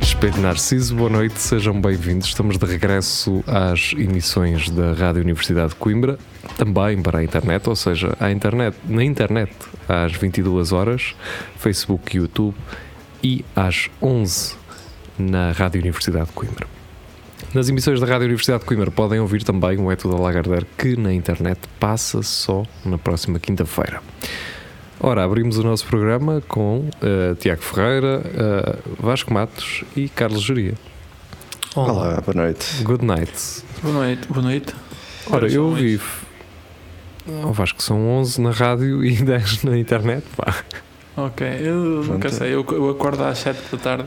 Espelho Narciso, boa noite, sejam bem-vindos. Estamos de regresso às emissões da Rádio Universidade de Coimbra, também para a internet, ou seja, à internet, na internet às 22 horas, Facebook, YouTube e às 11 na Rádio Universidade de Coimbra. Nas emissões da Rádio Universidade de Coimbra podem ouvir também o É Tudo a Lagardère, que na internet passa só na próxima quinta-feira. Ora, abrimos o nosso programa com eh, Tiago Ferreira, eh, Vasco Matos e Carlos Geria. Olá, boa noite. Good night. Boa noite, boa noite. Ora, eu São oito. ouvi. Oh, Vasco, são 11 na rádio e 10 na internet. Pá. Ok, eu nunca Pronto. sei, eu, eu acordo às 7 da tarde.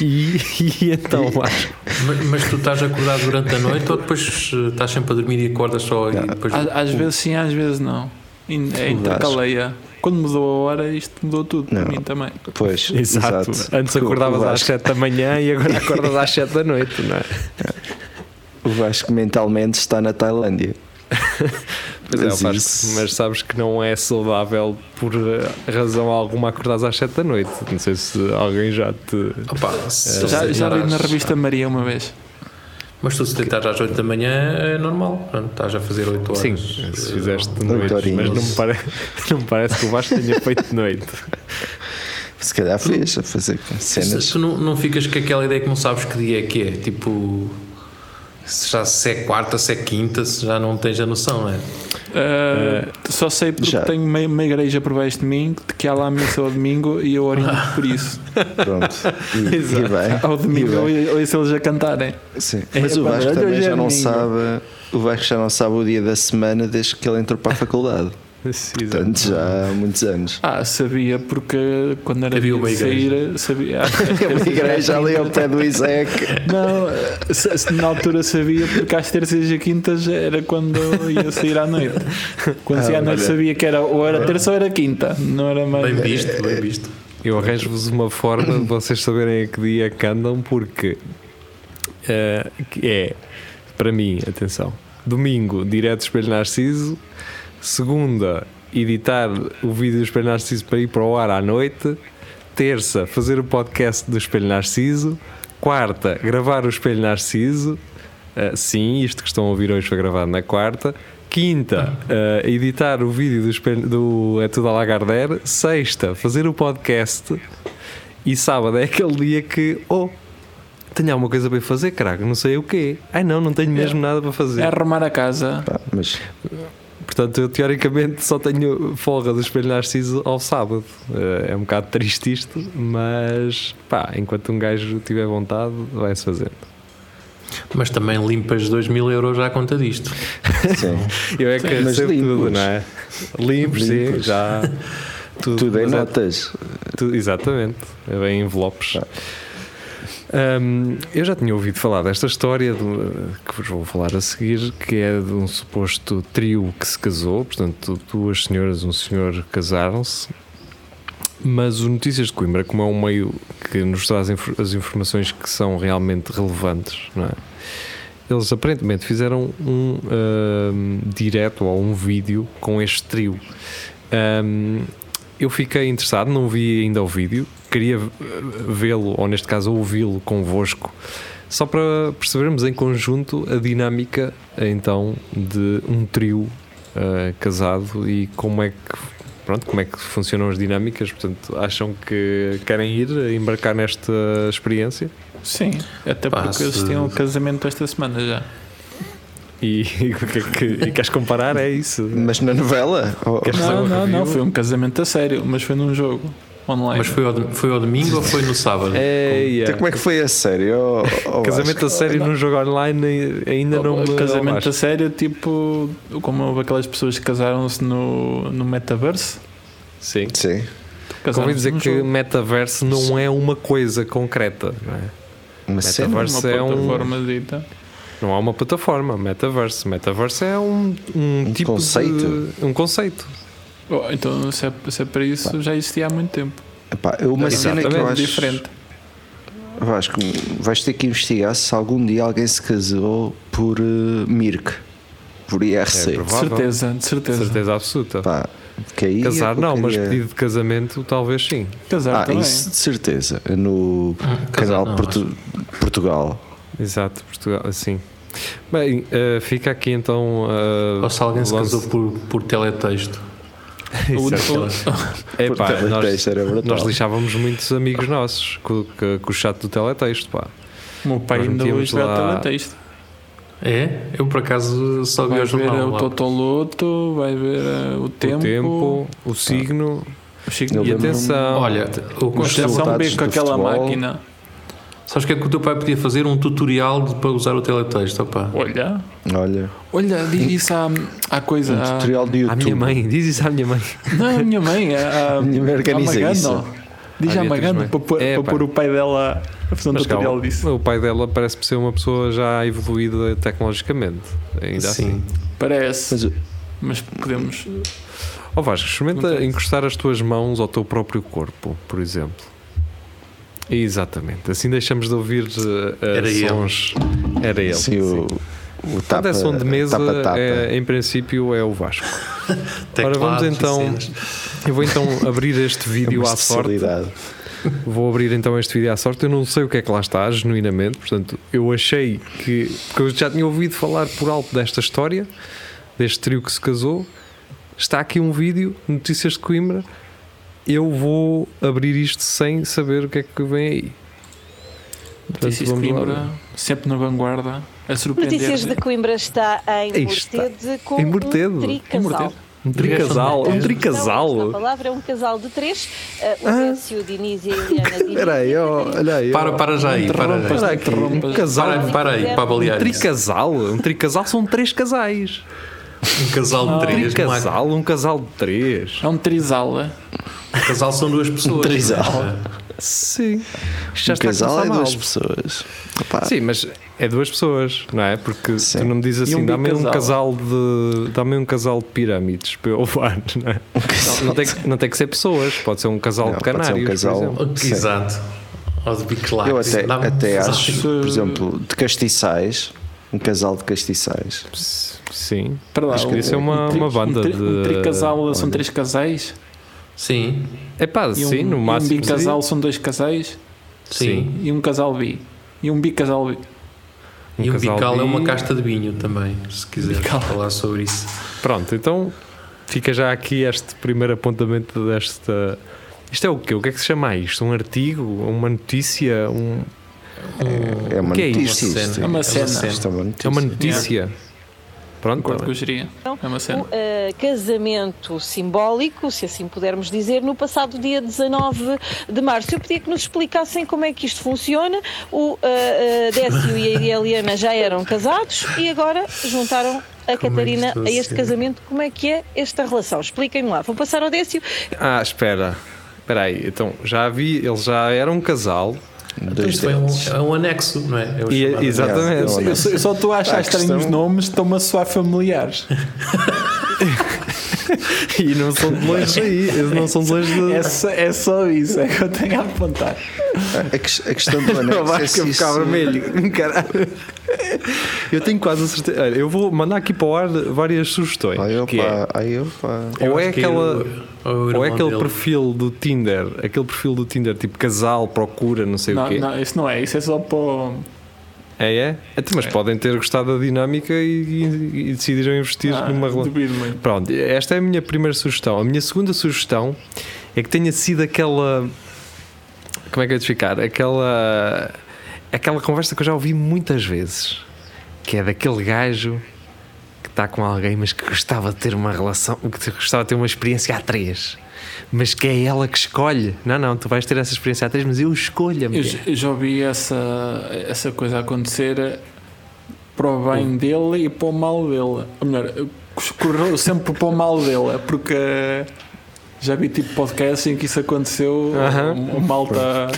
E, e então, Vasco. Mas, mas tu estás acordado durante a noite ou depois eh, estás sempre a dormir e acordas só e Não. depois. Às, às o- vezes sim, às vezes não. In- É Vasco. intercaleia. Quando mudou a hora, isto mudou tudo Não. É, para mim também. Pois, exato. Antes O- acordavas o às Vasco- 7 da manhã e agora acordas às 7 da noite, não é? O Vasco mentalmente está na Tailândia. Pois é, Mas Vasco, isso- mas sabes que não é saudável por eh, razão alguma acordares às 7 da noite. Não sei se alguém já te. Opa, se tu Já, se já li deitares- na revista Maria uma vez. Mas tu se deitares às 8 da manhã é normal. Pronto, estás a fazer 8 horas. Sim, É, se eh, fizeste Não, noites, mas Torinho. não me, pare- não me parece que o Vasco tenha feito noite. Se calhar fez a fazer com Se, cenas. se tu não, não ficas com aquela ideia que não sabes que dia é que é. Tipo. Se, já, se é quarta, se é quinta, se já não tens a noção, não é? Ah, só sei porque É. já. tenho uma, uma igreja por baixo de mim de que ela ameaçou ao domingo e eu oro por isso. Pronto. E, e bem. Ao domingo e bem. ou ou isso eles a cantarem. Sim. É, Mas o pá, Vasco olha, também hoje é já não domingo. sabe. O Vasco já não sabe o dia da semana desde que ele entrou para a faculdade. Portanto, já há muitos anos. Ah, sabia porque quando era Havia uma dia de sair, sabia. acho que Uma igreja ali ao pé do Isaac. Não, eh, se- se na altura sabia porque às terças e quintas era quando ia sair à noite. Quando Ah, saía à noite sabia que era ou era terça ou era quinta, não era mais. Bem visto, bem visto. Eu arranjo-vos uma forma de vocês saberem a que dia é que andam, porque eh, que é, para mim, atenção, domingo, direto Espelho Narciso, segunda, editar o vídeo do Espelho Narciso para ir para o ar à noite, terça, fazer o podcast do Espelho Narciso, quarta, gravar o Espelho Narciso, eh, sim, isto que estão a ouvir hoje foi gravado na quarta, Quinta, eh, editar o vídeo do, espelho- do É Tudo a Lagardère. Sexta, fazer o podcast. E sábado é aquele dia que, oh, tenho alguma coisa para fazer, caraca, não sei o quê. Ai não, não tenho mesmo nada para fazer. É arrumar a casa. Pá, mas Portanto, eu teoricamente só tenho folga do Espelho Narciso ao sábado. Eh, é um bocado triste isto, mas pá, enquanto um gajo tiver vontade, vai-se fazendo. Mas também limpas 2 mil euros à conta disto. sim. Eu é que Mas recebo tudo, limpos. não é? Limpos, sim, Limpos. já. Tudo em mas é- notas. Tu- exatamente, é em envelopes. Hum, eu já tinha ouvido falar desta história do- que vos vou falar a seguir, que é de um suposto trio que se casou, portanto, duas senhoras, um senhor casaram-se. Mas o Notícias de Coimbra, como é um meio que nos traz infor- as informações que são realmente relevantes, não é? Eles aparentemente fizeram um hum, direto ou um vídeo com este trio. Hum, eu fiquei interessado, não vi ainda o vídeo, queria eh, vê-lo, ou neste caso ouvi-lo convosco, só para percebermos em conjunto a dinâmica então de um trio eh, casado e como é que pronto, como é que funcionam as dinâmicas, portanto, acham que querem ir embarcar nesta experiência Sim, até Pá, porque se- eles tinham um casamento esta semana já. e, e o que é que e queres comparar é isso. Mas na novela? Oh, Ou- Queres fazer Não, uma não, review? não, foi um casamento a sério, mas foi num jogo online. Mas foi ao, foi ao domingo ou foi no sábado? Eia. Então, como é que foi a oh, sério? ó- ó Casamento a sério num jogo online eh, ainda não me um casamento abaixo. a sério, tipo, como houve aquelas pessoas que casaram-se no, no metaverso. Sim. Vasco? Sim. Convém casaram-se dizer num que jogo. metaverso não é uma coisa concreta, não é? Uma cena. Metaverso Uma é um- plataforma dita. Não há uma plataforma, metaverso. Metaverso é um, um, Um tipo conceito. de. Um conceito. Oh, então, se é, se é para isso, já existia há muito tempo. Epá, eu- uma cena que eu Exatamente, acho. diferente. Vasco, vais ter que investigar se algum dia alguém se casou por eh, Mirk, por É IRC. De provável. certeza, de De certeza. certeza absoluta. Pá, que aí é Casar que eu não, mas queria- pedido de casamento talvez sim. Casar Ah, também. isso de certeza. No canal não, Portu- Portugal. Exato, Portugal, assim. Bem, eh, fica aqui então. eh, Ou se alguém se lance- casou por, por teletexto. é O- o- Epá, Por nós, teletexto, é, era brutal. nós lixávamos muitos amigos nossos com, com- com o chat do teletexto, pá. O meu pai Nós ainda metíamos hoje vê lá- a isto. É? Eu por acaso só vi Vai o ver é um jornal. o lá. Totoloto, vai ver eh, o tempo. o tempo, o signo O Chico Ah. Eu e lembro-me- atenção. Olha, o Os Mas é conceito. só um resultados beco com do aquela futebol. máquina. Sabes o que é que o teu pai podia fazer? Um tutorial de- para usar o teletexto. Opa. Olha, Olha, olha, diz isso à, à coisa. um à- tutorial do à YouTube. minha mãe, diz isso à minha mãe. Não, a minha mãe. é, A, a, Minha mãe organiza a Maganda, isso. Ah, ó. Diz A à Beatriz Maganda Mãe. para pôr É, para pá. pôr o pai dela a fazer um Mas calma, tutorial disso. o pai dela parece-me ser uma pessoa já evoluída tecnologicamente. Ainda assim. Sim. Parece. Mas o- Mas podemos. Ó Vasco, experimenta encostar as tuas mãos ao teu próprio corpo, por exemplo. Exatamente. Assim deixamos de ouvir eh, eh, Era ele. sons. Era é ele. Sim, o, o Quando tapa, é som de mesa, tapa, tapa. é, em princípio é o Vasco. Ora, vamos Teclados e então. cenas. Eu vou então abrir este É vídeo uma à sorte. especialidade. Vou abrir então este vídeo à sorte. Eu não sei o que é que lá está, genuinamente. Portanto, eu achei que. Porque eu já tinha ouvido falar por alto desta história, deste trio que se casou. Está aqui um vídeo, Notícias de Coimbra. Eu vou abrir isto sem saber o que é que vem aí. Notícias de vamos lá Coimbra, sempre na vanguarda, a surpreender. Notícias de Coimbra está Aí em está. Mortede com Em Mortede. um Em tricasal. Mortede. Um tricasal. Um Não, esta tricasal. palavra é um casal de três. eh, o Décio Diniz e a Eliana Diniz. Espera aí, ó, olha aí. Para, para já aí, para já aí. Interrompas, interrompas. Para aí, para aí, para Um avaliar. isso. tricasal? Um tricasal são três casais. Um casal de três. não há- Tricasal? Um casal de três. É um trisala. Um casal são duas pessoas. trisal. Sim. Já está Um a casal começar é mal. duas pessoas. Opa, Sim, mas é duas pessoas, não é? Porque Sim. tu não me dizes E assim, um dá-me um bicasal. casal de. Dá-me um casal de pirâmides para eu levar, não é? Um Não tem, que, não tem que ser pessoas, pode ser um casal Não, de pode ser um canários. por casal. exemplo. Ok, Sim. Exato. Ou de biclar. Eu até, Isso dá-me um até confusão. acho, por exemplo, de castiçais, um casal de castiçais. Sim. Para lá, Acho que um- isso é uma- um tri- uma banda um tri- de- Um tricasal são três casais. Sim, É pá, E um, sim, no e máximo. um bicasal são dois casais. sim. E um casal bi. E um bicasal bi. Um e o casal bical é uma bi. casta de vinho também, se quiser Bical. falar sobre isso. Pronto, então fica já aqui este primeiro apontamento desta. Isto é o quê? O que é que se chama isto? Um artigo? Uma notícia? Um... É uma que é notícia. isso? isto. É uma Isto é cena. Isto é uma É notícia. uma notícia. Pronto, Concordo tá bem. com o geria. É uma Um cena. eh, casamento simbólico, se assim pudermos dizer, no passado dia 19 de março. Eu pedia que nos explicassem como é que isto funciona. O eh, eh, Décio e a Eliana já eram casados e agora juntaram Como é que a isto Catarina a este funciona? casamento. Como é que é esta relação? Expliquem-me lá. Vou passar ao Décio Ah, espera. Espera aí, então já vi, eles já eram um casal. Dois Isto é um, é um anexo, não é? É o E- chamado exatamente. É, é um Eu só, eu só estou a achar Pá, a estranhos questão- os nomes, estão-me a soar familiares. E não são de longe aí. Eles não são de longe de. É só, é só isso, é que eu tenho a apontar. A, ques- a questão do anexo. O Vasco é se a ficar isso- vermelho. Caralho. Eu tenho quase a certeza. Olha, eu vou mandar aqui para o ar várias sugestões. Ai, que é, opa, ai, opa. Eu ou é acho que aquela. o- o Ou é irmão aquele dele. perfil do Tinder, aquele perfil do Tinder, tipo casal, procura, não sei o Não, quê. não, isso não é, isso é só para. o- É, é? Até, mas podem ter gostado da dinâmica e, e- e decidiram investir Ah, numa relação. duvido muito. Pronto, esta é a minha primeira sugestão. A minha segunda sugestão é que tenha sido aquela. Como é que eu ia explicar? Aquela. Aquela conversa que eu já ouvi muitas vezes. Que é daquele gajo que está com alguém, mas que gostava de ter uma relação. Que gostava de ter uma experiência a três. Mas que é ela que escolhe. Não, não, tu vais ter essa experiência a três, mas eu escolho a Eu mulher. j- eu já ouvi essa, essa coisa acontecer eh, para o bem dele e para o mal dele. Ou melhor, correu sempre para o mal dele, porque eh, já vi tipo podcast em que isso aconteceu. Aham. o- o malta.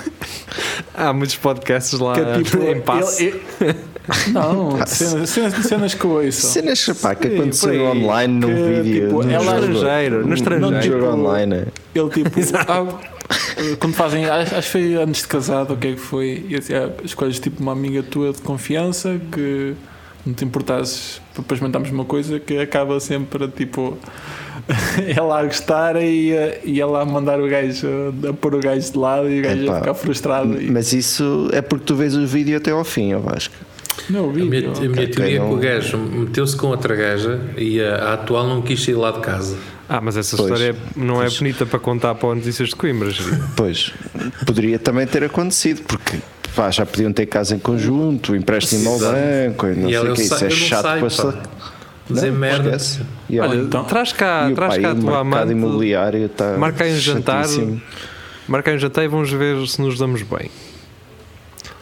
Há muitos podcasts lá Que é tipo, em passe. ele- ele- Não, cenas, cenas, cenas que eu ouço. Cenas pá, que Sim, aconteceu por aí. online num Que, vídeo. tipo, num ela- jogo- Estrangeiro, no num estrangeiro. jogo Tipo, online. é. Ele tipo, ah, quando fazem, acho acho que foi antes de casado, o que é que foi? E assim, ah, escolhes tipo uma amiga tua de confiança que não te importasses para para experimentarmos uma coisa que acaba sempre tipo ela a gostar e, ah, e ela a mandar o gajo, a pôr o gajo de lado e o gajo Epá, a ficar frustrado. E, Mas isso é porque tu vês o vídeo até ao fim, eu acho. não, o A minha, vídeo. a minha teoria é que não- o gajo meteu-se com outra gaja e a, a atual não quis sair lá de casa. Ah, mas essa Pois. história não é bonita para contar para o notícias de Coimbra. Jeria. Pois, poderia também ter acontecido, porque pá, já podiam ter casa em conjunto, um empréstimo ao Exato. banco, e não E sei ela, o que, eu isso sei- é eu não chato para saio, pá. essa- Dizer Não, merda. esquece. E Olha, olha, então, Traz cá, e o traz pai, cá a o tua mercado amante. imobiliário está Marca aí um jantar. chatíssimo. Marca um jantar e vamos ver se nos damos bem.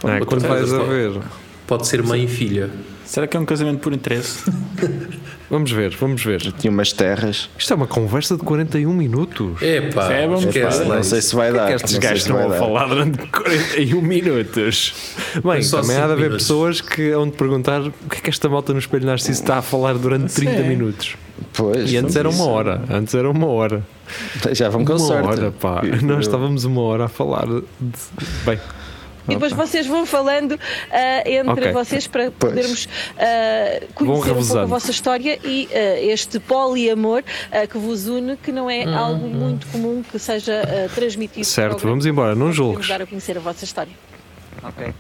Não é? outra Quando vais vez, a pá. ver. Pode ser mãe e filha. Será que é um casamento por interesse? Vamos ver, vamos ver. Tinha umas terras. Isto é uma conversa de 41 minutos. Epá, É, vamos esquece parar. lá Não isso. sei se vai dar. É que estes não sei gajos se vai estão a dar. falar durante 41 minutos? Bem, Só também há de cinco haver minutos. pessoas que hão de perguntar o que é que esta malta no espelho narciso está a falar durante 30 Sim. minutos. Pois, E antes era uma isso. hora. Antes era uma hora. Já vão com uma sorte. hora, pá. Eu- Nós estávamos uma hora a falar de. Bem, E depois vocês vão falando ah, entre Ok. vocês para Pois. podermos Vão ah, conhecer um pouco a revezando. vossa história e ah, este poliamor ah, que vos une, que não é algo muito comum que seja ah, transmitido. certo, para o vamos um embora. Não Podemos julgues. dar a conhecer a vossa história. Ok.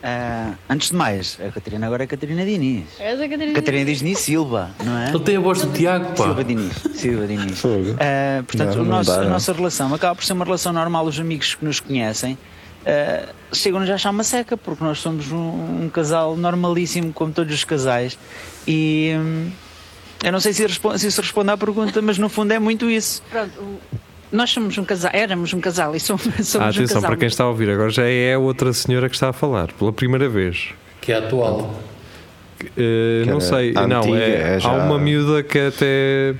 Ah, antes de mais, a Catarina agora é a Catarina Diniz. És a eh, Catarina. Catarina Diniz Silva, não é? Ele tem um a voz do Tiago, pá. Silva Diniz. Silva Diniz. Fogo. Ah, portanto, Não, o não nosso- dá, a não. nossa relação acaba por ser uma relação normal. Os amigos que nos conhecem ah, chegam-nos a achar uma seca, porque nós somos um, um casal normalíssimo, como todos os casais. E hum, eu não sei se, respo- se isso responde à pergunta, mas no fundo é muito isso. Pronto, o- nós somos um casal, éramos um casal e somos, somos Ah, um atenção, casal. para quem está a ouvir agora, já é outra senhora que está a falar, pela primeira vez. Que é atual. Eh, Que não era sei, a não, antiga, é, é já- há uma miúda que até.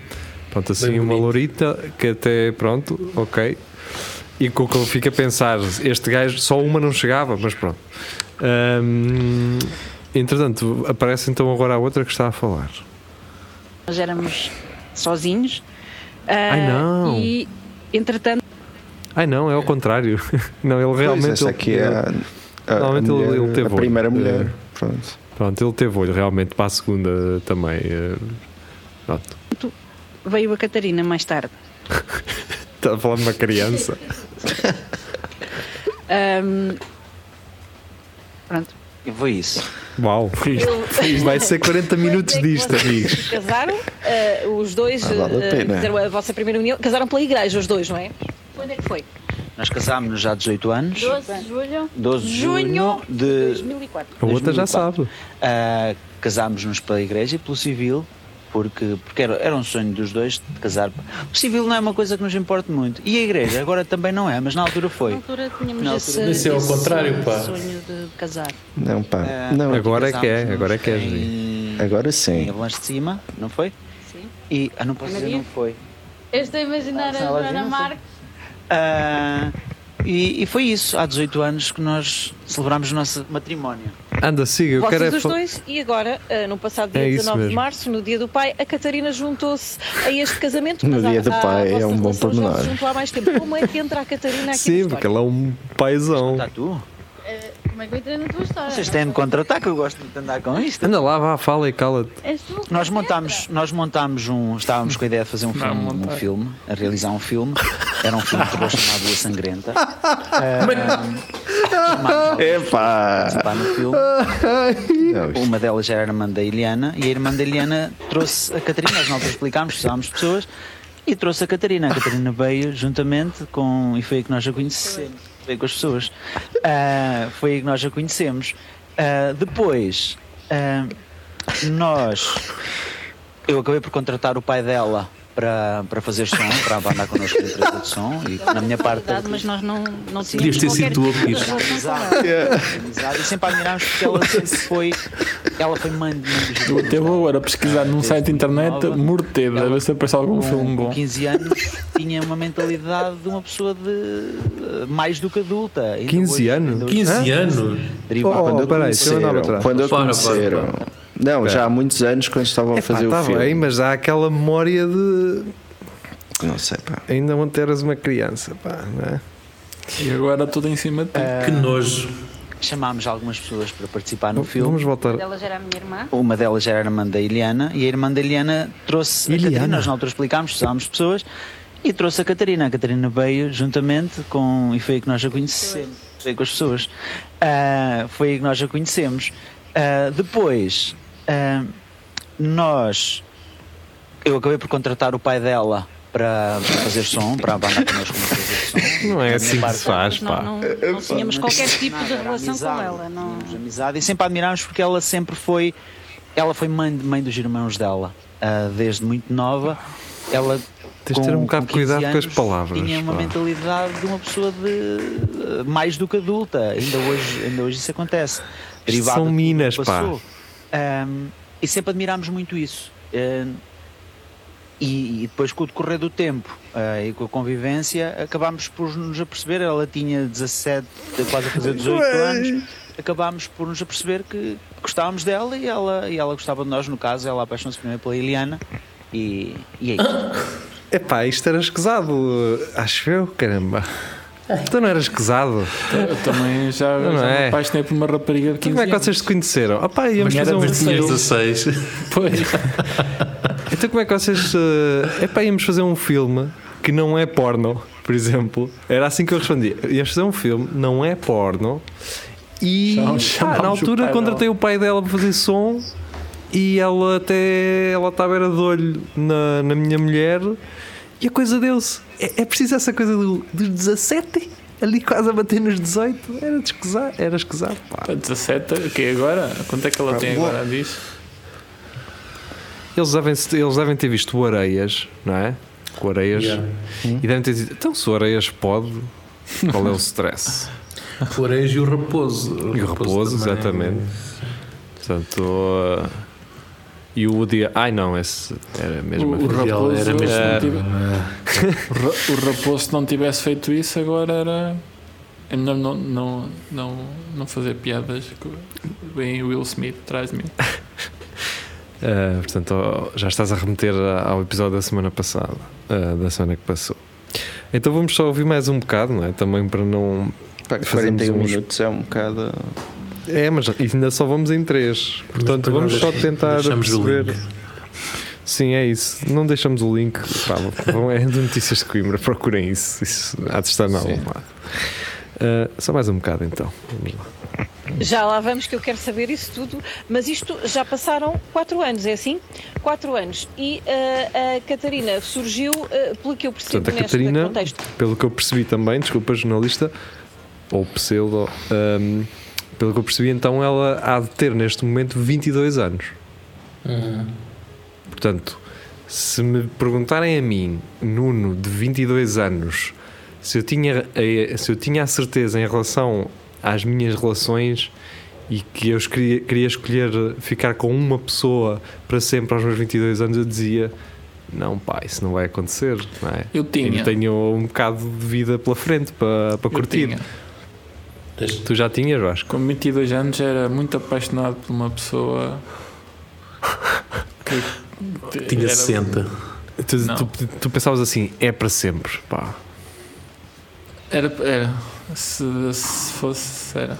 Pronto, assim, Bem uma bonita. lourita que até. Pronto, ok. E com o que eu fico a pensar, este gajo, só uma não chegava, mas pronto. Ahm, entretanto, aparece então agora a outra que está a falar. Nós éramos sozinhos. Ai, ah, não. E entretanto, Ai não, é ao contrário. Não, ele Pois, realmente. essa ele- aqui é a, a, a, Normalmente ele- mulher, ele teve a primeira olho. mulher. Eh, Pronto. Pronto, ele teve olho realmente para a segunda também. eh, Pronto. veio a Catarina mais tarde. Está a falar tá de uma criança. Ahm, pronto. E foi isso. Uau! Vai ser 40 minutos Quando é que disto, vocês amigos. Casaram, ah, os dois, Ah, vale a ah, pena. fizeram a vossa primeira união, casaram pela igreja, os dois, não é? Quando é que foi? Nós casámos-nos já há 18 anos. 12 de julho 12 de junho Junho de 2004. A outra já 2004. sabe. Ah, casámos-nos pela igreja e pelo civil, porque, porque era, era um sonho dos dois de casar. O civil não é uma coisa que nos importe muito. E a igreja agora também não é, mas na altura Na foi. altura tínhamos Na esse, altura. Mas isso é ao esse contrário, pá. sonho de casar. Não, pá. Ah, não, Agora é que é, casámos-nos agora é que é, Em, agora sim. em Avalanche de Cima, não foi? Sim. E ah, não posso dizer, Maria? não foi. Eu estou a imaginar a Sala de Joana Inocência. Ah, e, e foi isso, há 18 anos que nós celebramos o nosso matrimónio. Anda, siga, eu quero é Vocês os fa- dois, e agora, ah, no passado dia É isso 19 de mesmo. março, no dia do pai, a Catarina juntou-se a este casamento. No mas dia a- do a pai, é vossa um bom relação já pormenor. se juntou há mais tempo. Como é que entra a Catarina aqui na Sim, história? porque ele é um paizão. Está Tá tu? Como é que eu entrei na tua história? Vocês têm de contratar que eu gosto de andar com isto. Anda lá, vá, fala e cala-te. És tu? Nós montámos, nós montámos um. Estávamos com a ideia de fazer um filme, um filme, a realizar um filme. Era um filme de terror chamado A Sangrenta. É pá. Lá no filme, uma delas era a irmã da Iliana e a irmã da Iliana trouxe a Catarina. Nós não explicámos, precisávamos de pessoas e trouxe a Catarina. A Catarina veio juntamente com. E foi aí que nós a conhecemos. Veio com as pessoas. Ah, foi aí que nós a conhecemos. Ah, depois, ah, nós. Eu acabei por contratar o pai dela para, para fazer som, para abanar connosco na empresa de som e que na minha parte. Verdade, mas nós não, não Podias tínhamos ter sido tu a qualquer pedir. relação com Amizade, ela. amizade, e sempre a admirámos porque ela sempre foi. Ela foi mãe de Eu até vou um agora pesquisar num site de internet Morteda, a ver se aparece Um algum com, um filme com bom. 15 anos tinha uma mentalidade de uma pessoa de eh, mais do que adulta. Ainda 15 hoje- anos? ainda hoje- 15 anos? Deriva- Oh, quando Quando eu- eu peraí, isso eu andava conheceram. atrás. Quando eu Para, para, conheceram. Não, já há muitos anos quando estavam a Epá, fazer tá o filme. bem, mas há aquela memória de Não sei, pá. ainda ontem eras uma criança, pá, não é? E agora tudo em cima de ti. Que nojo. Chamámos algumas pessoas para participar no Vamos filme. voltar. Ela já era a minha irmã. Uma delas era a irmã da Iliana e a irmã da Iliana trouxe Iliana? a Catarina. Nós na altura explicámos, chamámos pessoas e trouxe a Catarina. A Catarina veio juntamente com. e foi aí que nós a conhecemos. Foi aí com as pessoas. Ah, foi aí que nós a conhecemos. Ah, depois, ah, nós. Eu acabei por contratar o pai dela para, para fazer som, para a banda connosco na fazer som. Não é Da minha assim que parte, se faz, Mas nós pá. não, não tínhamos qualquer tipo de Nada, era relação com amizade. ela. Não... Tínhamos amizade e sempre a admirámos porque ela sempre foi. Ela foi mãe, mãe dos irmãos dela, ah, desde muito nova. Ela. Tens de ter um bocado de 15 cuidado com as anos, palavras, Tinha uma pá. mentalidade de uma pessoa de ah, mais do que adulta. Ainda hoje, ainda hoje isso acontece. Derivado são de tudo que minas, pá. passou. Ah, e sempre admirámos muito isso. Ah, e, e depois com o decorrer do tempo ah, e com a convivência acabámos por nos aperceber, ela tinha 17, quase a fazer 18 anos, acabámos por nos aperceber que gostávamos dela e ela, e ela gostava de nós, no caso, ela apaixonou-se primeiro pela Iliana e, e é aí. Epá, isto era esquisado, acho eu, caramba. Tu não eras esquisado. Eu também já, Não já é? me apaixonei por uma rapariga de 15 Como é que anos. vocês se conheceram? Ah, pá, íamos Mas fazer era um mas tinhas filme. 16. Pois. Então como é que vocês. eh, epá, íamos fazer um filme que não é porno, por exemplo. Era assim que eu respondia. Íamos fazer um filme, não é porno. E Cham- pá, na chamámos o altura pai contratei o pai dela para fazer som e ela até ela estava era de olho na, na minha mulher e a coisa deu-se. É, é preciso essa coisa do- dos 17, ali quase a bater nos 18. Era de escusar, era escusar. Pá. Pá, 17, o que agora? Quanto é que ela tem boa. agora disso? Eles devem, eles devem ter visto o Areias, não é? O Areias. Yeah. E devem ter dito, então se o Areias pode, qual é o stress? O Arejo e o Raposo. E o repouso, também. exatamente. Portanto, uh, e o Woody... Ai não, esse era O, mesmo assim." a o mesma Raposo, Era mesmo- tipo- se não É. tive- o Ra- o Raposo, se não tivesse feito isso, agora era. É melhor não, não, não, não fazer piadas. que Vem Will Smith atrás de mim. Uh, portanto, oh, já estás a remeter a- ao episódio da semana passada, uh, da semana que passou. Então vamos só ouvir mais um bocado, não é? Também para não. Pá, que Fazemos 41 uns- minutos é um bocado. É, mas ainda só vamos em três. Portanto, depois vamos nós só deix- tentar deixamos o perceber. link. Sim, é isso. Não deixamos o link. Pá, vão- é de Notícias de Coimbra, procurem isso. Isso há de estar na alma. só mais um bocado então. Vamos lá. Já lá vamos que eu quero saber isso tudo, mas isto já passaram quatro anos, é assim? Quatro anos. E ah, a Catarina surgiu, ah, pelo que eu percebo Portanto, a neste Catarina, contexto. pelo que eu percebi também, desculpa, jornalista, ou pseudo, hum, pelo que eu percebi, então ela há de ter neste momento 22 anos. Portanto, se me perguntarem a mim, Nuno, de 22 anos, se eu tinha a, se eu tinha a certeza em relação às minhas relações e que eu escolhi- queria escolher ficar com uma pessoa para sempre aos meus 22 anos, eu dizia. Não, pá, isso não vai acontecer, não é? Eu tinha. Ainda tenho um bocado de vida pela frente para, para Eu curtir. tinha. Tu já tinhas, eu acho. Com 22 anos era muito apaixonado por uma pessoa. Que te- Tinha era- 60. Tu, Não. tu- tu pensavas assim, é para sempre, pá. Era. era se, se fosse. Era.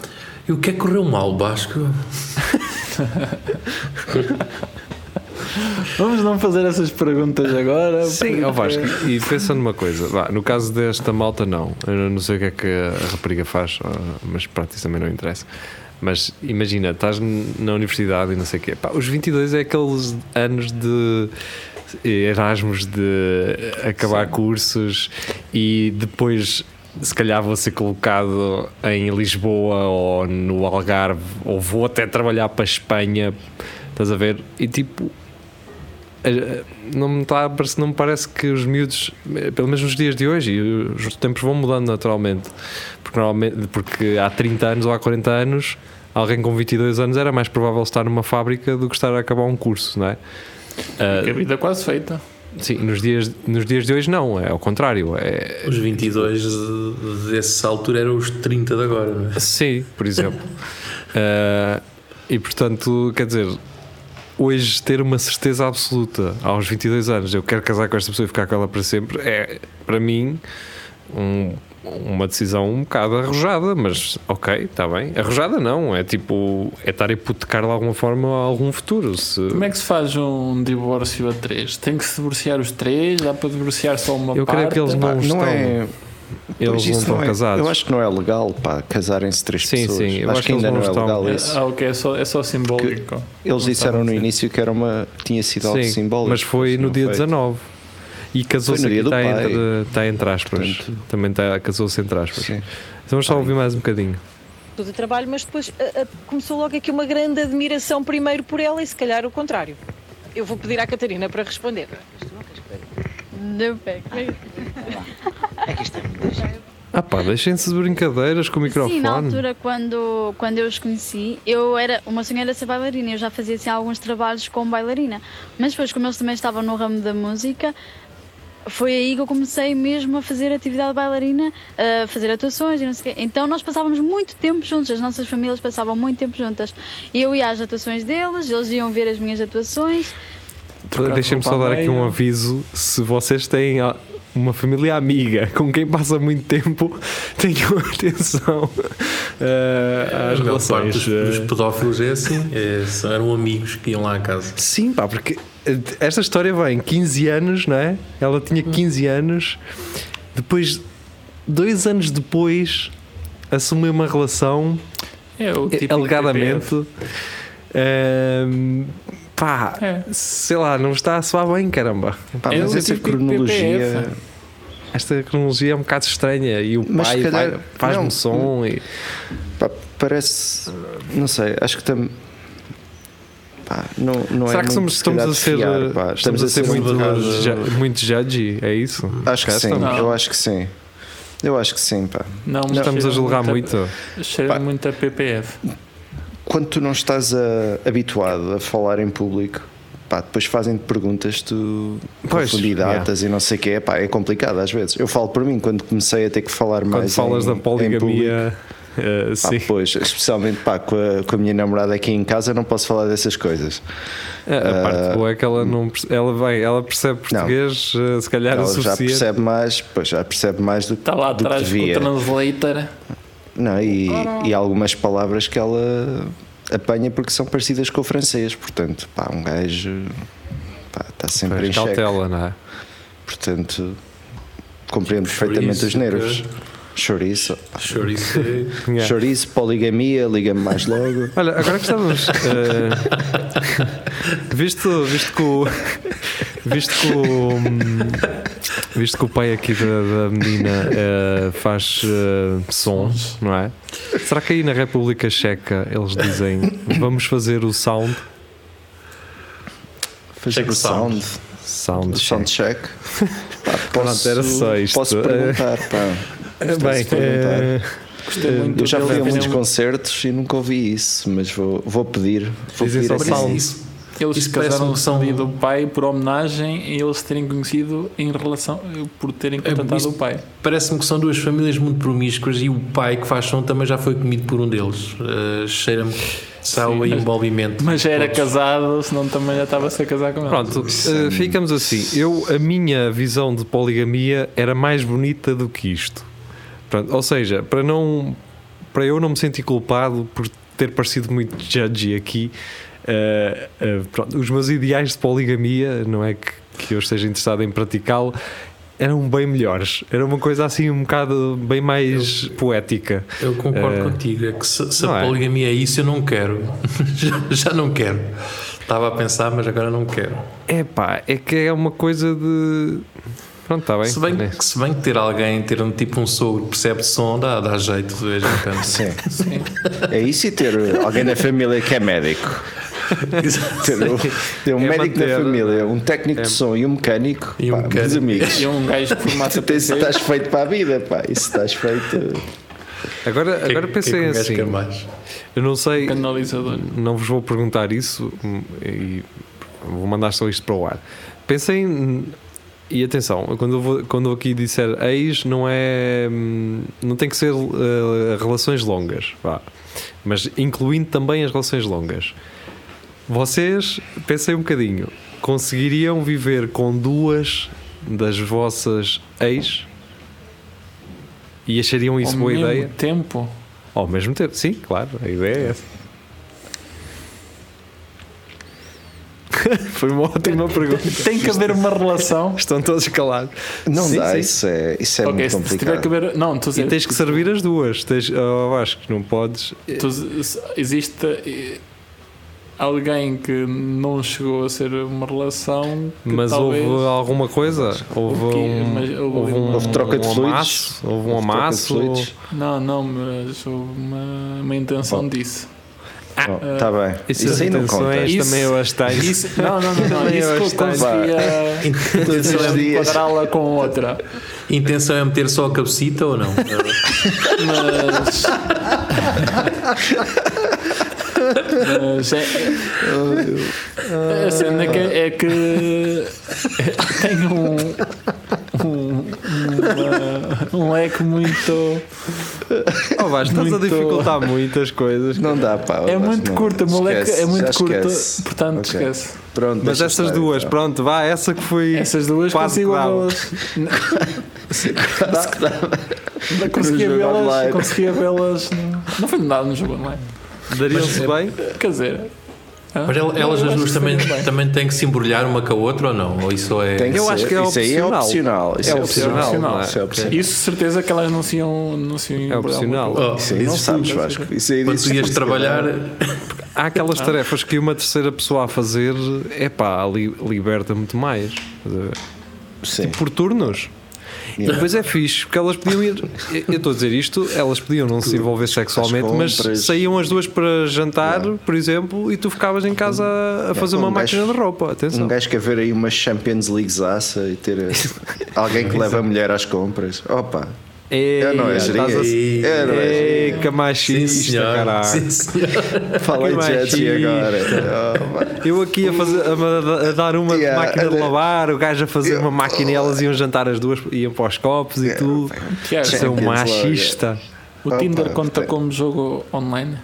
E o que é que correu mal, Basco? Vamos não fazer essas perguntas agora. Sim, ó Vasco, e pensa numa coisa, vá, no caso desta malta, não. Eu não sei o que é que a rapariga faz, ah, mas para ti também não interessa. Mas imagina, estás n- na universidade e não sei o quê. Pá, os 22 é aqueles anos de Erasmus, de acabar cursos e depois. Se calhar vou ser colocado em Lisboa ou no Algarve, ou vou até trabalhar para a Espanha, estás a ver? E tipo, eh, não me, está a parecer- não me parece que os miúdos, eh, pelo menos nos dias de hoje, e os tempos vão mudando naturalmente, porque, normalmente, porque há 30 anos ou há 40 anos, alguém com 22 anos era mais provável estar numa fábrica do que estar a acabar um curso, não é? Que a vida é quase feita. Sim, nos dias, nos dias de hoje não, é ao contrário. É, Os 22 de- dessa altura eram os 30 de agora, não é? sim, por exemplo. Ah, e portanto, quer dizer, hoje ter uma certeza absoluta aos 22 anos, eu quero casar com esta pessoa e ficar com ela para sempre, é para mim um- uma decisão um bocado arrojada, mas ok, está bem. Arrojada não, é tipo, é estar a hipotecar de alguma forma algum futuro. Se, Como é que se faz um divórcio a três? Tem que se divorciar os três? Dá para divorciar só uma eu parte? creio que eles não, é Pá, estão, não é. eles pois não isso estão é- casados. Eu acho que não é legal, pá, casarem-se três Sim, pessoas. sim, eu acho, acho que que ainda não eles é não legal estão- isso. Ah, ok, é só, é só simbólico. Eles disseram no sim. início que era uma, tinha sido algo assim. Sim, simbólico. Mas foi no não dia foi. 19. E casou-se Foi no aqui, dia do está pai. entre, está entre aspas. Também está, casou-se entre aspas. Sim. Tá Então vamos só ouvir mais um bocadinho. tudo de trabalho, mas depois ah, ah, começou logo aqui uma grande admiração primeiro por ela e se calhar o contrário. Eu vou pedir à Catarina para responder. Não pega. Ah pá, deixem-se de brincadeiras com o microfone. Sim, na altura, quando, quando eu os conheci, eu era, o meu sonho era ser bailarina. Eu já fazia assim, alguns trabalhos como bailarina. Mas depois, como eles também estavam no ramo da música, foi aí que eu comecei mesmo a fazer atividade de bailarina, a fazer atuações e não sei o quê. Então nós passávamos muito tempo juntos, as nossas famílias passavam muito tempo juntas. Eu ia às atuações deles, eles iam ver as minhas atuações. Trocar Deixem-me só roupa à dar aqui um meia. aviso. Se vocês têm a- uma família amiga com quem passa muito tempo, tenham atenção eh, às A maior parte relações. dos, dos eh, pedófilos é assim, é, são- eram amigos que iam lá à casa. Sim, pá, porque eh, esta história vem 15 anos, não é? Ela tinha Hum. 15 anos, depois, dois anos depois, assumiu uma relação, É o eh, típico TPF. alegadamente. Ahm, pá, É. sei lá, não está a soar bem, caramba. Pá, É mas o essa típico cronologia. PPF. Esta cronologia é um bocado estranha e o Mas pai se calhar- vai- faz-me não. hum, som e. Pá, parece. Não sei, acho que tam, pá, não, não Será que é muito, somos, se estamos calhar, a de ser, fiar, eh, pá. estamos a ser um muito, bocado- ju- muito judgy? É isso? Acho que Cá sim, estamos. eu acho que sim. Eu acho que sim, pá. Não, mas Estamos a cheira julgar muito. muito. a- Cheira Pá. muito a PPF. Quando tu não estás a- habituado a falar em público, pá, depois fazem-te perguntas, tu Pois, confundir datas e não sei o que é, pá, é complicado às vezes. Eu falo por mim, quando comecei a ter que falar Quando mais. falas é em- da em público, poligamia, eh, Pá, sim. pois, especialmente pá, com, a, com a minha namorada aqui em casa, não posso falar dessas coisas. A- a eh, parte boa é que ela não perce- ela vai, ela percebe português, eh, se calhar o Ela já suficiente. percebe mais, pois já percebe mais do, Está Tá lá do que atrás com o devia. translator. Não, e, e há algumas palavras que ela apanha porque são parecidas com o francês, portanto, pá, um gajo pá, está sempre Pois, em cheque. cautela, não é? Portanto, compreendo Tipo, perfeitamente os chouriço, nervos. Chouriço. eh, Chouriço é- Yeah. Chouriço, poligamia, liga-me mais logo. Olha, agora que estávamos. eh, visto, visto que o. Visto que o. hum, Visto que o pai aqui da, da menina eh, faz eh, sons, não é? Será que aí na República Checa eles dizem vamos fazer o sound? Fazer Check o sound. sound, Sound. sound check. Pá, Pronto, era só isto. Posso perguntar, pá. check. Bem, Estou-se a perguntar. eh, Gostei muito Eu já fui a dele. muitos Ele- concertos e nunca ouvi isso, mas vou, vou pedir. Vou Dizem pedir só aqui. sound. Isso, Eles Isso se parece casaram um são- são... do pai por homenagem e eles terem conhecido em relação por terem É contratado isso- o pai. Parece-me que são duas famílias muito promíscuas e o pai que faz som também já foi comido por um deles. Eh, Cheira-me que está o mas- envolvimento. Mas já era Todos. casado, senão também já estava-se a casar com ele. Pronto, eh, ficamos assim. Eu, a minha visão de poligamia era mais bonita do que isto. Pronto, ou seja, para não para eu não me sentir culpado por ter parecido muito judgy aqui, eh, eh, pronto, os meus ideais de poligamia, não é que, que eu esteja interessado em praticá-lo, eram bem melhores. Era uma coisa assim um bocado bem mais poética. Eu concordo Eh, contigo. É que se, se não a é? poligamia é isso, eu não quero. já, já não quero. Estava a pensar, mas agora não quero. É pá, é que é uma coisa de. Pronto, está bem. Se bem, Né? que, se bem que ter alguém, ter um tipo um sogro que percebe de som, dá, dá então, jeito de vez em quando. Sim. É isso e ter alguém na família que é médico. Ter um, ter um É médico manter- da família, um técnico de som e um mecânico. E um pá, meus mecânico. amigos. E um gajo que formata Tu tens, PC. estás feito para a vida, pá. Isso estás feito. Agora, agora que, pensei que é que um gajo assim. quer mais? Um Eu não sei, tá- Canalizador. não vos vou perguntar isso hum, e vou mandar só isto para o ar. Pensei hum, e atenção, quando eu, vou- quando eu aqui disser ex, não é hum, não tem que ser eh, relações longas, vá. Mas incluindo também as relações longas. Vocês, pensem um bocadinho, conseguiriam viver com duas das vossas ex? E achariam isso Ao boa mesmo ideia? tempo. Ao mesmo tempo, sim, claro, a ideia é essa. Foi uma ótima pergunta. Tem que haver uma relação. Estão todos calados. Não Sim, dá, sim. isso é, isso é ok, muito se- se tiver que complicado. haver. Não, estou a E dizer. tens que servir as duas. Tens, oh, acho que não podes. tu- se- existe eh, alguém que não chegou a ser uma relação. que Mas talvez, houve alguma coisa? Houve, Houve que- um, mas houve um, uma- Houve troca de um fluidos. amasso, Houve um Houve troca de amasso. fluidos. Não, não, mas houve uma, uma intenção disso. Está tá bem. Isso, Isso aí não conta. intenções Isso- também eu as tenho. Isso, não, não, não, não. Também isso eu que eu gostei. conseguia Todos os dias. enquadrá-la com outra. Intenção é meter só a cabecita ou não? Mas. Mas é. Ah, A cena que é que. Tem um. um- uma- um leque muito. Oh, Vasco, estás a Muito- dificultar muitas coisas. Não dá, pá. É Vasco, muito não. curta, moleque, Esquece, é muito já curta. esquece. Portanto, Ok. esquece. Pronto, Mas deixa essas estar, duas, então. pronto, vá, essa que foi. Essas duas quase que consigo dava. vê-las. Dá- dá- Não Conseguia No jogo vê-las. online. Conseguia vê-las. no- Não foi nada no jogo online. é Dariam-se bem? Quer dizer. hã? Mas el- elas Eu as acho duas que também, foi bem. também têm que se embrulhar uma com a outra ou não? Ou isso é. Tem Eu acho ser. que é Isso aí é opcional. opcional. Isso É opcional, não é? Isso é opcional. Isso certeza que elas não se iam. Não se iam É embrulhar opcional. muito. Oh, Isso aí não dizes sabes, tu, Vasco. Isso é aí Quando dizes tu ias tu. trabalhar, Há aquelas Ah. tarefas que uma terceira pessoa a fazer, é pá, liberta muito mais. Estás a ver? Sim. Por turnos. E depois é fixe, porque elas podiam ir. Eu estou a dizer isto, elas podiam não se envolver sexualmente, mas compras. saíam as duas para jantar, por exemplo, e tu ficavas em casa a fazer uma Um gajo- máquina de roupa. Atenção. Um gajo quer ver aí uma Champions League zaça e ter eh, alguém que leva a mulher às compras. Opa, Ei, eu não é estás a- geria. Eu não é geria. Ei, que sim, machista, senhor. caralho. Sim, senhor. Falei que de Jets machista. agora. Oh, Opa. Eu aqui a, fazer, a, a- a dar uma de Yeah, máquina de olha. lavar, o gajo a fazer uma máquina e elas iam jantar as duas, iam para os copos e tudo. Que é, Isso é um Champions machista. O Tinder Ah, pá, conta tem- como jogo online.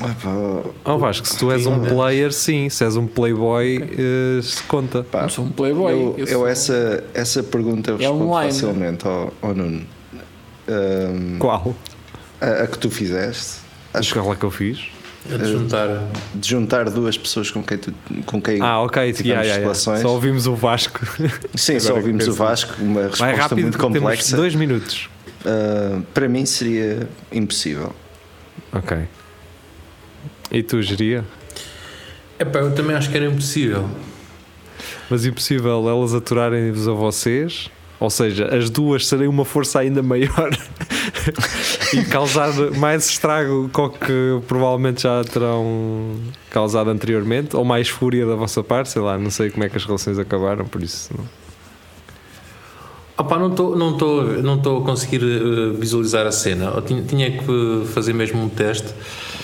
Opa, Oh Vasco, se tu és um player, sim. Se és um playboy, eh, se conta. pá. Eu sou um playboy. Eu, eu sou- É essa, essa pergunta respondo online. né? facilmente ao, ao Nuno. Ahm, Qual? a, a que tu fizeste, acho Qual é que eu fiz? A te juntar. que de juntar duas pessoas com quem tu, com quem Ah, ok. tivemos Yeah, yeah, yeah. relações. Só ouvimos o Vasco. Sim, só Agora ouvimos que o penso. Vasco, uma Vai resposta rápido, muito temos complexa. dois minutos. Ah, para mim seria impossível. Ok. E tu, geria? Epá, eu também acho que era impossível. Mas impossível elas aturarem-vos a vocês? Ou seja, as duas serem uma força ainda maior e causar mais estrago com que provavelmente já terão causado anteriormente, ou mais fúria da vossa parte, sei lá, não sei como é que as relações acabaram, por isso não. Opá, não estou não tô, não tô a conseguir eh, visualizar a cena. Eu tinha, tinha que fazer mesmo um teste,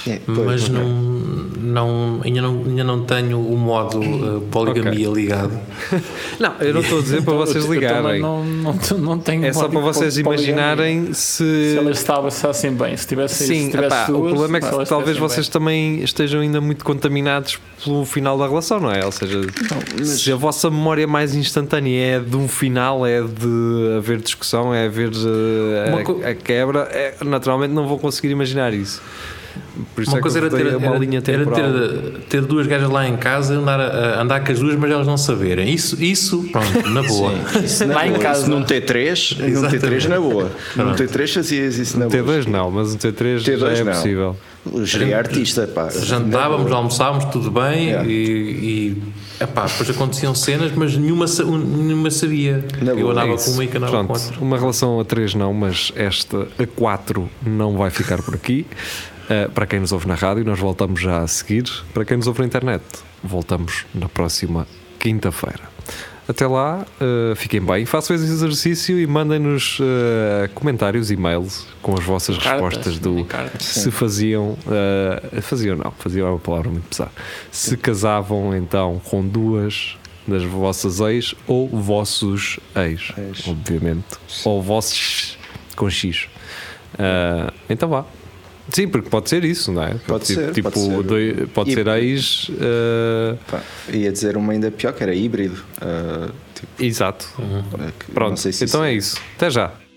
É, pois, mas ok. não, não, ainda não ainda não tenho o modo eh, poligamia ligado. Não, Então, eu não estou a dizer para Eu- vocês eu também ligarem. não, não, não tenho É só modo para de- vocês de poligamia. imaginarem Se se. elas estavam bem, se tivesse, Sim, se tivesse epá, duas, o problema é se que elas talvez estivessem vocês também estejam ainda muito contaminados pelo final da relação, não é? Ou seja, se a vossa memória mais instantânea é de um final, é de haver discussão, é haver eh, Uma a- co- a, quebra, é- naturalmente não vou conseguir imaginar isso. Por isso Uma é coisa que era eu ter, dei uma era- linha era temporal. ter, ter duas gajas lá em casa e andar, a- a andar com as duas, mas elas não saberem. Isso, isso pronto, na boa. bem. lá em casa. é Num T3, num T3 na é boa. Num T3 fazias isso na boa. T2 não, mas um T3, já T2 é não. possível. O Seria artista, pá. é Jantávamos, almoçávamos, tudo bem Yeah. e, e epá, depois aconteciam cenas, mas nenhuma, sa- nenhuma sabia. Na eu boa, andava é com uma e que andava com Pronto, outra. uma relação a 3 não, mas esta a 4 não vai ficar por aqui. Uh, para quem nos ouve na rádio, nós voltamos já a seguir. Para quem nos ouve na internet, voltamos na próxima quinta-feira. Até lá, uh, fiquem bem, façam esse exercício e mandem-nos uh, comentários, e-mails com as vossas Cartas, respostas do sim, cartas. se faziam. uh, faziam não, faziam é uma palavra muito pesada. Se casavam então com duas das vossas ex ou vossos ex, Ex. obviamente. Ou vossos com X. Uh, então vá. Sim, porque pode ser isso, não é? Pode tipo, ser, Tipo, pode ser. doi- pode E- ser ex. uh, Pá, ia dizer uma ainda pior, que era híbrido. Ah, tipo, exato. é que- não Pronto, sei se então isso- é isso. Até já.